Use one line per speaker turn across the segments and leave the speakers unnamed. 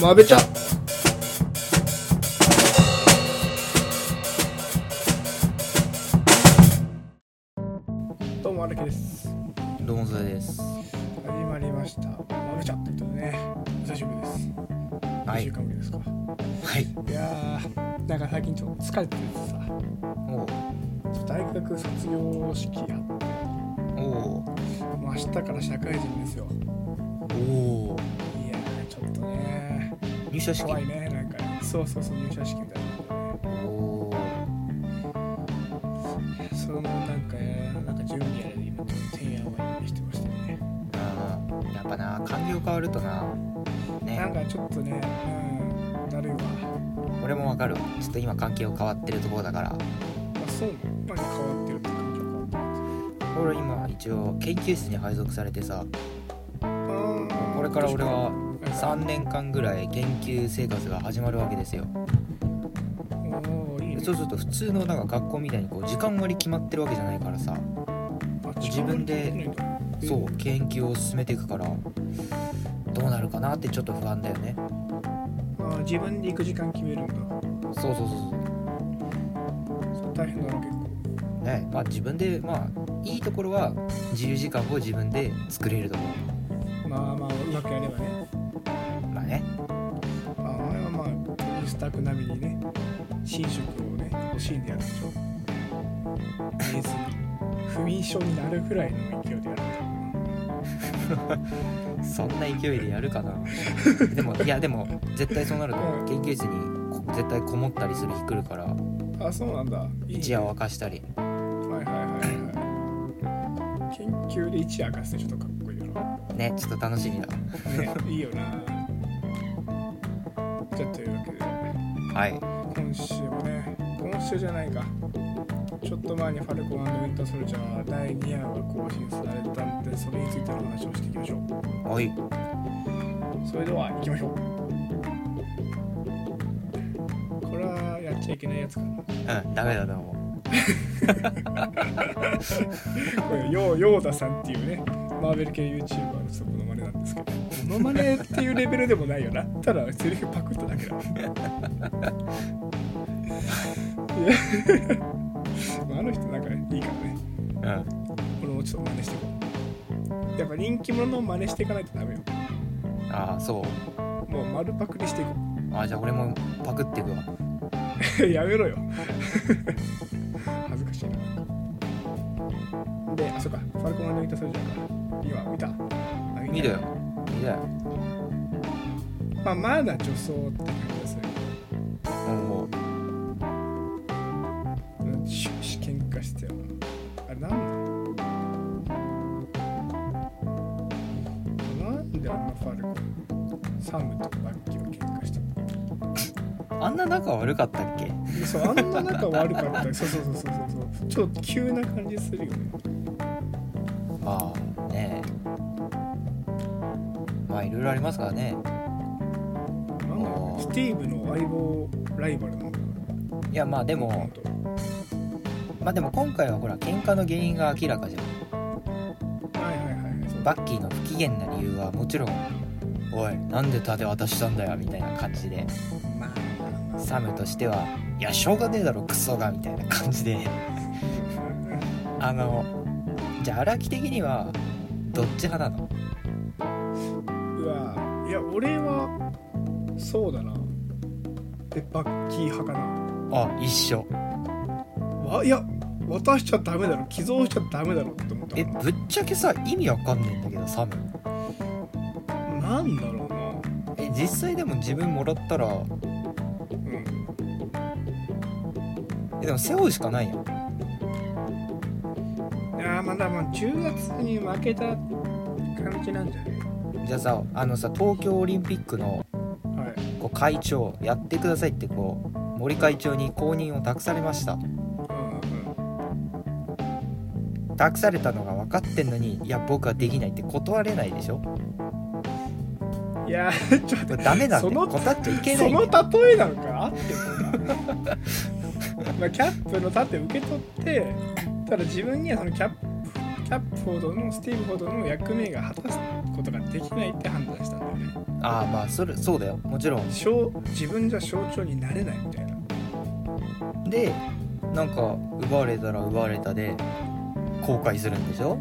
まべちゃどうもあるきです
どうもそれです。
始まりましたまべちゃんということでね久しぶりです
は
2週
い。
間ぶりですか
はい。
いやーなんか最近ちょっと疲れててさ
おう
大学卒業式や
おう
もう明日から社会人ですよ
おお
いやーちょっとね
入社式。
怖いねなんかねそうそうそう入社式みたいな
おお
そのなんかなんか準備やらで今ちょっとてんやわんやしてましたよね
あーやっぱな、環境変わるとな。
な
ね
ん、かちょっとねうんだるいわま
俺もわかるわ。ちょっと今環境変わってるところだから。
あそうやっぱり変わってるって環境変わってる
俺今一応研究室に配属されてさ、
あー
これから俺は
確か
3年間ぐらい研究生活が始まるわけですよ。
におーいい
で
ね
そうすると普通のなんか学校みたいにこう時間割り決まってるわけじゃないからさ、
あ
自分で
違うんだ
そう研究を進めていくから。どうなるかなってちょっと不安だよね。
あー自分で行く時間決めるんだ
そうそうそうそう。
それ大変だな結構
ねまあ、自分でまあいいところは自由時間を自分で作れると思
まあまあうまくやればね
うまあね
あー前はまあインスタグナビにね寝食をね欲しいんでやるでしょ見えずに不眠症になるぐらいの勢いでやる
そんな勢いでやるかな でもいやでも絶対そうなると思う研究室にこ絶対こもったりする日来るから
あそうなんだいいね
一夜を明かしたり
はいはいはいはい研究で一夜明かすってちょっとかっこいいだろ
ねちょっと楽しみだ
ねいいよなじゃあというわけで
はい
今週もね今週じゃないかちょっと前にファルコンウィンターソルジャー第2話が更新されたんでそれについての話をしていきましょう
おい
それでは行きましょうこれはやっちゃいけないやつか な
うんダメだと思
これヨーヨーダさんっていうねマーベル系 YouTuber の人のモノマネなんですけどモノマネっていうレベルでもないよなただセリフパクっただ けだいやまああの人なんかねいいからね
うう
俺
ん
もちょっと真似してこうやっぱ人気者の真似していかないとダメよ
ああそう
もう丸パクリしていこ
ああじゃあ俺もパクっていくわ
う やめろよ恥ずかしいなであそっかファルコンが抜いたソルジャーか今見たあ見た
見ろよ見ろよ
まあまだ女装って感じがする
もう
うんシュッシュ喧嘩してよあれなんだなんであんなファルコンサムとバッキーは喧嘩したの
あんな仲悪かったっけ
そうあんな仲悪かったそうそうそうそうそうちょっと急な感じするよね
まあねまあいろいろありますからね
なんだろうねスティーブの相棒ライバルなんだ
いやまあでもまあでも今回はほら喧嘩の原因が明らかじゃん
はいはいはいはいそう
バッキーの不機嫌な理由はもちろん「おいなんで盾渡したんだよ」みたいな感じで
まあまあまあ
サムとしては「いやしょうがねえだろクソが」みたいな感じで あのじゃあ荒木的にはどっち派なの
うわいや俺はそうだなでバッキー派かな
あ一緒
わいや渡しちゃダメだろ寄贈しちゃダメだろって思った
えぶっちゃけさ意味わかんねえんだけどサム
なんだろうな
え実際でも自分もらったら
うん
えでも背負うしかないやん
いやーまだまあ10月に負けた感じなんじゃない
じゃあさあのさ東京オリンピックの
はい
こう会長やってくださいってこう森会長に公認を託されました
うんうん
託されたのが分かってんのにいや僕はできないって断れないでしょ
うんいやーちょっと
これダメなん
そ
で
の
断っちゃい けな
そ
いんだよ
の例えなんかあってんのかまあキャップの盾受け取ってただ自分にはそのキャップキャップほどのスティーブほどの役目が果たすことができないって判断したんだよよね
ああまあそれそうだよもちろん
象自分じゃ象徴になれないみたいな
でなんか奪われたら奪われたで後悔するんでしょ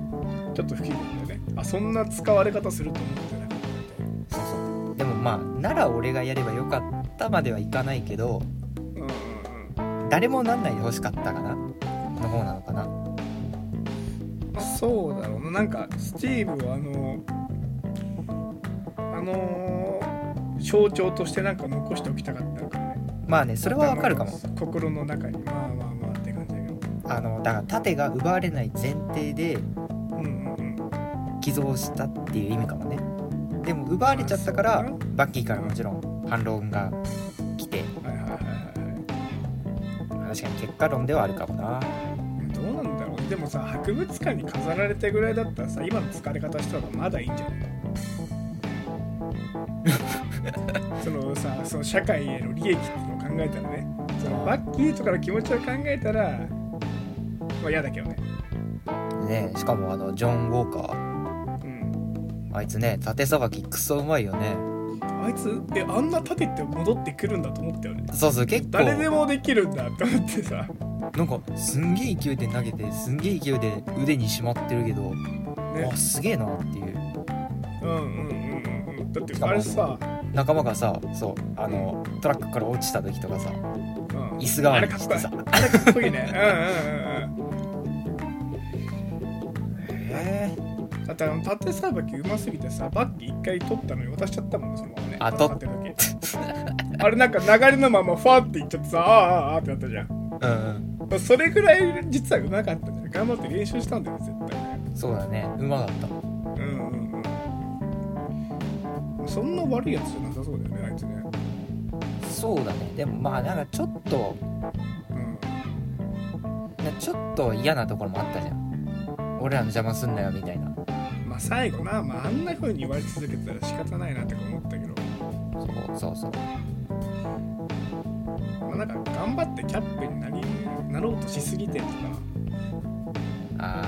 ちょっと不機嫌だよねあそんな使われ方すると思ってなかったみたいな
そうそうでもまあなら俺がやればよかったまではいかないけど
うんうんうん
誰もなんないでほしかったかなの方なのかな
まあそうだろうななんかスティーブはあのあの象徴としてなんか残しておきたかったのかもね
まあねそれはわかるかも
頭の心の中にまあまあまあって感じだけど
あのだから盾が奪われない前提で
うんうんうん
寄贈したっていう意味かもねでも奪われちゃったか
あ
ら
そうだ
バッキーからもちろん反論が来て
はいはいはいはい
確かに結果論ではあるかもな
はいどうなんだろうでもさ博物館に飾られてぐらいだったらさ今の疲れ方した方がまだいいんじゃない そのさその社会への利益っていうのを考えたらねそのバッキーとかの気持ちを考えたらまあ嫌だけどね
ねしかもあのジョン・ウォーカー
うん
あいつね盾さばきクソうまいよね
あいつえあんな盾って戻ってくるんだと思ったよね
そうそう結構
誰でもできるんだと思ってさ
なんかすんげえ勢いで投げてすんげえ勢いで腕にしまってるけど、
ね
あすげえなってい
う
う
んうんうんうんうんだってあれさ、
仲間がさそうあのトラックから落ちた時とかさ
うん、
椅子代わ
あ
り
れか
に
っ
し
こいい
てさ
あれかっこいいね。うんうんうん
へえ
うん。だってあの縦さばきうますぎてさ、バッキー一回取ったのに渡しちゃったもんね、そのままね。
あ取っ
縦の時あれなんか流れのままファーっていっちゃってさ、あーあーあーってなったじゃん。
うん
まあそれぐらい実はうまかったんだよ。頑張って練習したんだよ、絶対。
うんそうだねうまかった
うんうんうん。そんな悪いやつじゃなさそうだよね、あいつね。
そうだねでもまあなんかちょっと
うん。
なちょっと嫌なところもあったじゃん俺らの邪魔すんなよみたいな
まあ最後な、まああんな風に言われ続けてたら仕方ないなってか思ったけど。
そうそうそう
まあ、なんか頑張ってキャップになりなろうとしすぎてるとか、
あ
まあ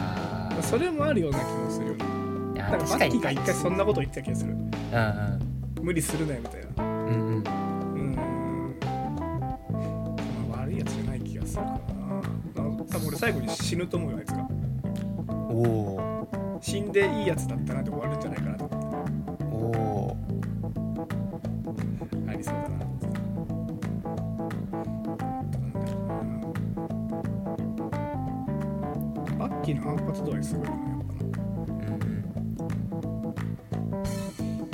ー
それもあるような気もするよね
いや
なんか
確
バ
か
ッキ
に
ーが一回そんなこと言ってた気がする
うん
無理するなよみたいなう
うんうんうん
ーんまあ悪いやつじゃない気がするからなな多分俺最後に死ぬと思うよあいつが
おお
死んでいいやつだったなって終わるんじゃないかなと思
ーおお
ってありそうだななんだろうなバッキーの反発度合いすごいよねやっぱな
うん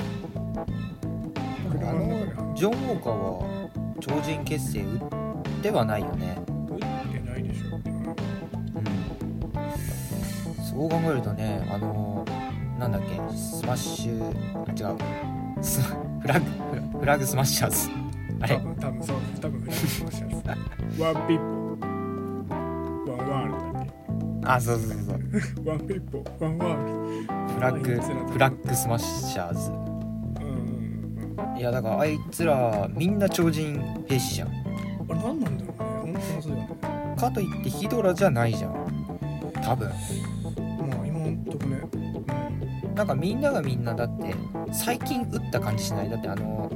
うん
車
あ
の中で
のジョン・ウォーカーは超人結成ではないよね、
打ってないでしょ、
うん、そう考えるとねあのなんだっけスマッシュあ違うスフラッグフラフラッグスマッシャーズあ
多
れ
分多分そう多分フランスの人ですワンピッポワンワールドだっ
あそうそうそうそう
けワンピッポワンワールド
フラッグフラッグスマッシャーズ
うんうんうん
いやだからあいつらみんな超人兵士じゃん
あれ何なんだろうね本当にそうだよね
かといってヒドラじゃないじゃん多分
まあ今んとこね
なんかみんながみんなだって最近打った感じしないだってあの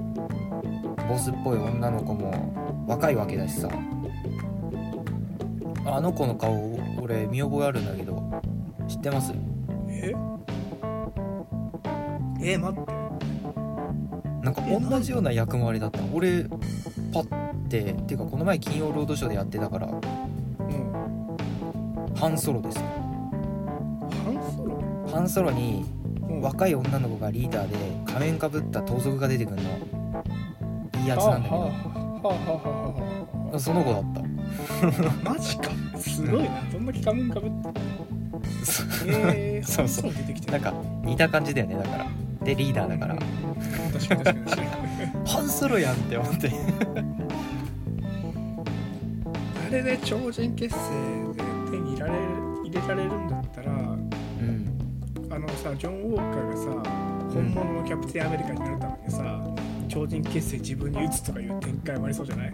ボスっぽい女の子も若いわけだしさあの子の顔俺見覚えあるんだけど知ってます
うんええ待って
なんか同じような役回りだったの俺パッてっていうかこの前金曜ロードショーでやってたから
も
ハンソロですよ
う半ソロ
ハンソロに
もう
若い女の子がリーダーで仮面かぶった盗賊が出てくんのいいやつなんだけ
はあ
ど
はあはあはあはあは
その子だった
あマジかすごいなそんな期間かぶってえー
そうそう
半ソロ出てきて
なんか似た感じだよねだからでリーダーだから
確かに確かに確かに
ハンソロやんって思って
あれで超人結成で手に入れられる入れられるんだったら
うん
あのさジョン・ウォーカーがさ本物のキャプテンアメリカになるためにさ、超人結成自分に打つとかいう展開もありそうじゃない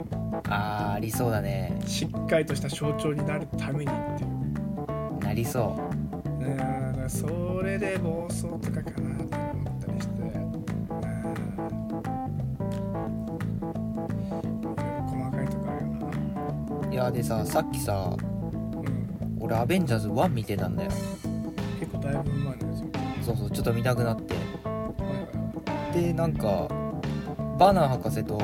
あーありそうだね
しっかりとした象徴になるためにっていう
なりそ
うんだからそれで暴走とかかなって思ったりしてうん
ラーでささっきさ
うん、
俺アベンジャーズ1見てたんだよ
結構だいぶ前なんですよ
そうそうちょっと見たくなって
はい
でなんかバーナー博士と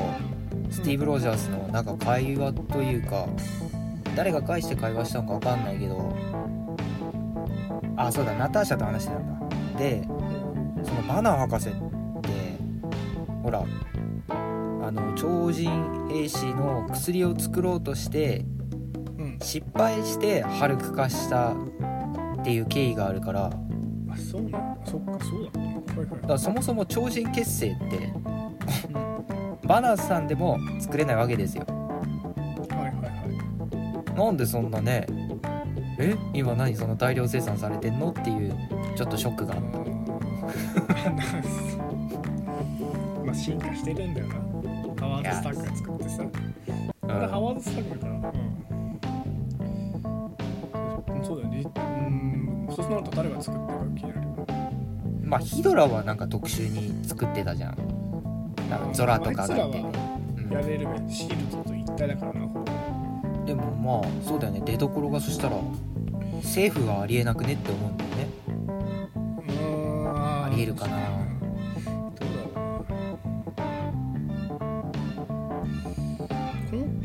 スティーブ・ロジャースのなんか会話というか誰が返して会話したのかわかんないけどあそうだナターシャと話してたんだで
は
そのバナー博士ってほらあの超人兵士の薬を作ろうとして
いうん
失敗してハルク化したっていう経緯があるから
あそうなのそっかそうだったのかはい
だか
はい
らそもそも超人結成ってバナーさんでも作れないわけですよ
はいはいはい
なんでそんなねえ今何その大量生産されてんのっていうちょっとショックが
あのーまあ進化してるんだよなハワード・スタックが作ってさ
うん
あれハワード・スタックだからうんそうだよねうんそうなると誰が作ったか気になるよ
まあヒドラはなんか特集に作ってたじゃんなんかゾラとかがいて
あ
ね
いつ
うん
なやれるべシールドと一体だからなほぼ
でもまあそうだよね出どころがそしたら政府がありえなくねって思うんだよね
うーん
ありえるかな
どうだろうな今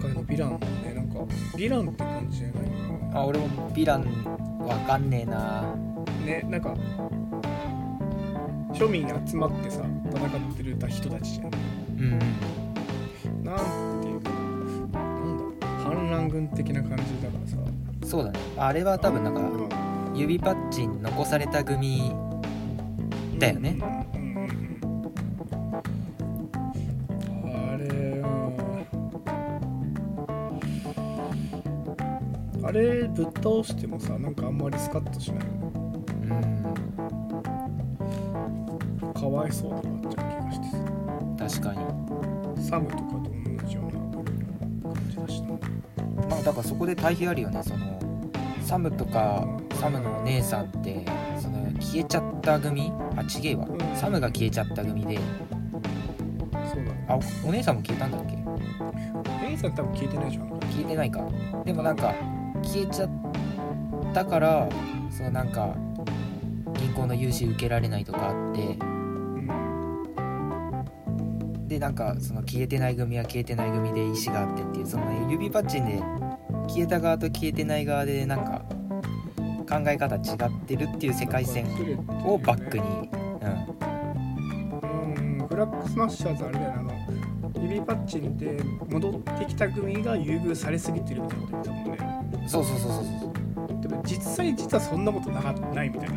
回のヴィランはねなんかヴィランって感じじゃないかな
あ俺もヴィランわかんねえな
ねなんか庶民集まってさ戦ってる人たちじゃん
うん
なんていうかなんだろう反乱軍的な感じだからさ
そうだねあれは多分なんか指パッチン残された組だよね
うんうんうんうんあれはあれぶっ倒してもさなんかあんまりスカッとしない
うん
かわいそうだなっちゃう気がして
確かに
さサムとかと同じような感じだしな
まあだからそこで対比あるよねそのサムとかサムのお姉さんってその消えちゃった組あちげえわ
うん
サムが消えちゃった組で
そうだね
あおお姉さんも消えたんだっけ
レイさん多分聞いてないじゃん
消えてないかでもなんか消えちゃったからそのなんか銀行の融資受けられないとかあって
うん
でなんかその消えてない組は消えてない組で意思があってっていうその、ね、指パッチンで消えた側と消えてない側でなんか考え方違ってるっていう世界線をバックに、う
うんブラックスマッシャーズあれだよねあの指パッチンで戻ってきた組が優遇されすぎてるみたいなこと言ってたもんね
ん、そうそうそうそうそう
でも実際実はそんなことなかないみたいな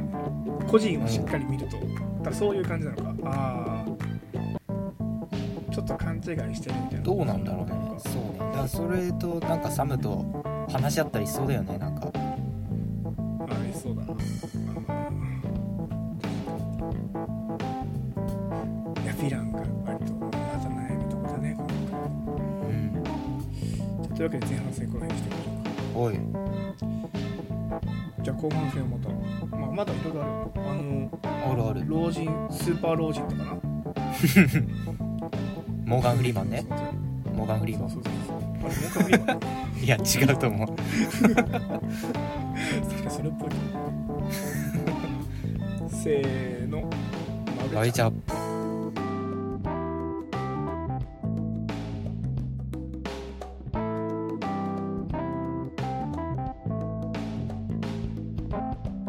個人をしっかり見ると、だからそういう感じなのかああちょっと勘違いしてるみたいな
どうなんだろうねそうねだからそれとなんかサムと話し合ったりしそうだよねなんか
ありそうだなうんいやヴィランが割とまだ悩みとこだね今回
うん
じゃあというわけで前半戦後半にしていきましょう
おい
じゃあ後半戦はまた、まあ、まだいろいろあるよあの
あるある
老人スーパー老人とかな
モーガン・フリーマンね
そうそう
モーガン・フリーマン
そうそうそうあれモーガンフリーマン
いや違うと思う
確かにそ れっぽいけどせーの
Bah ライチャップ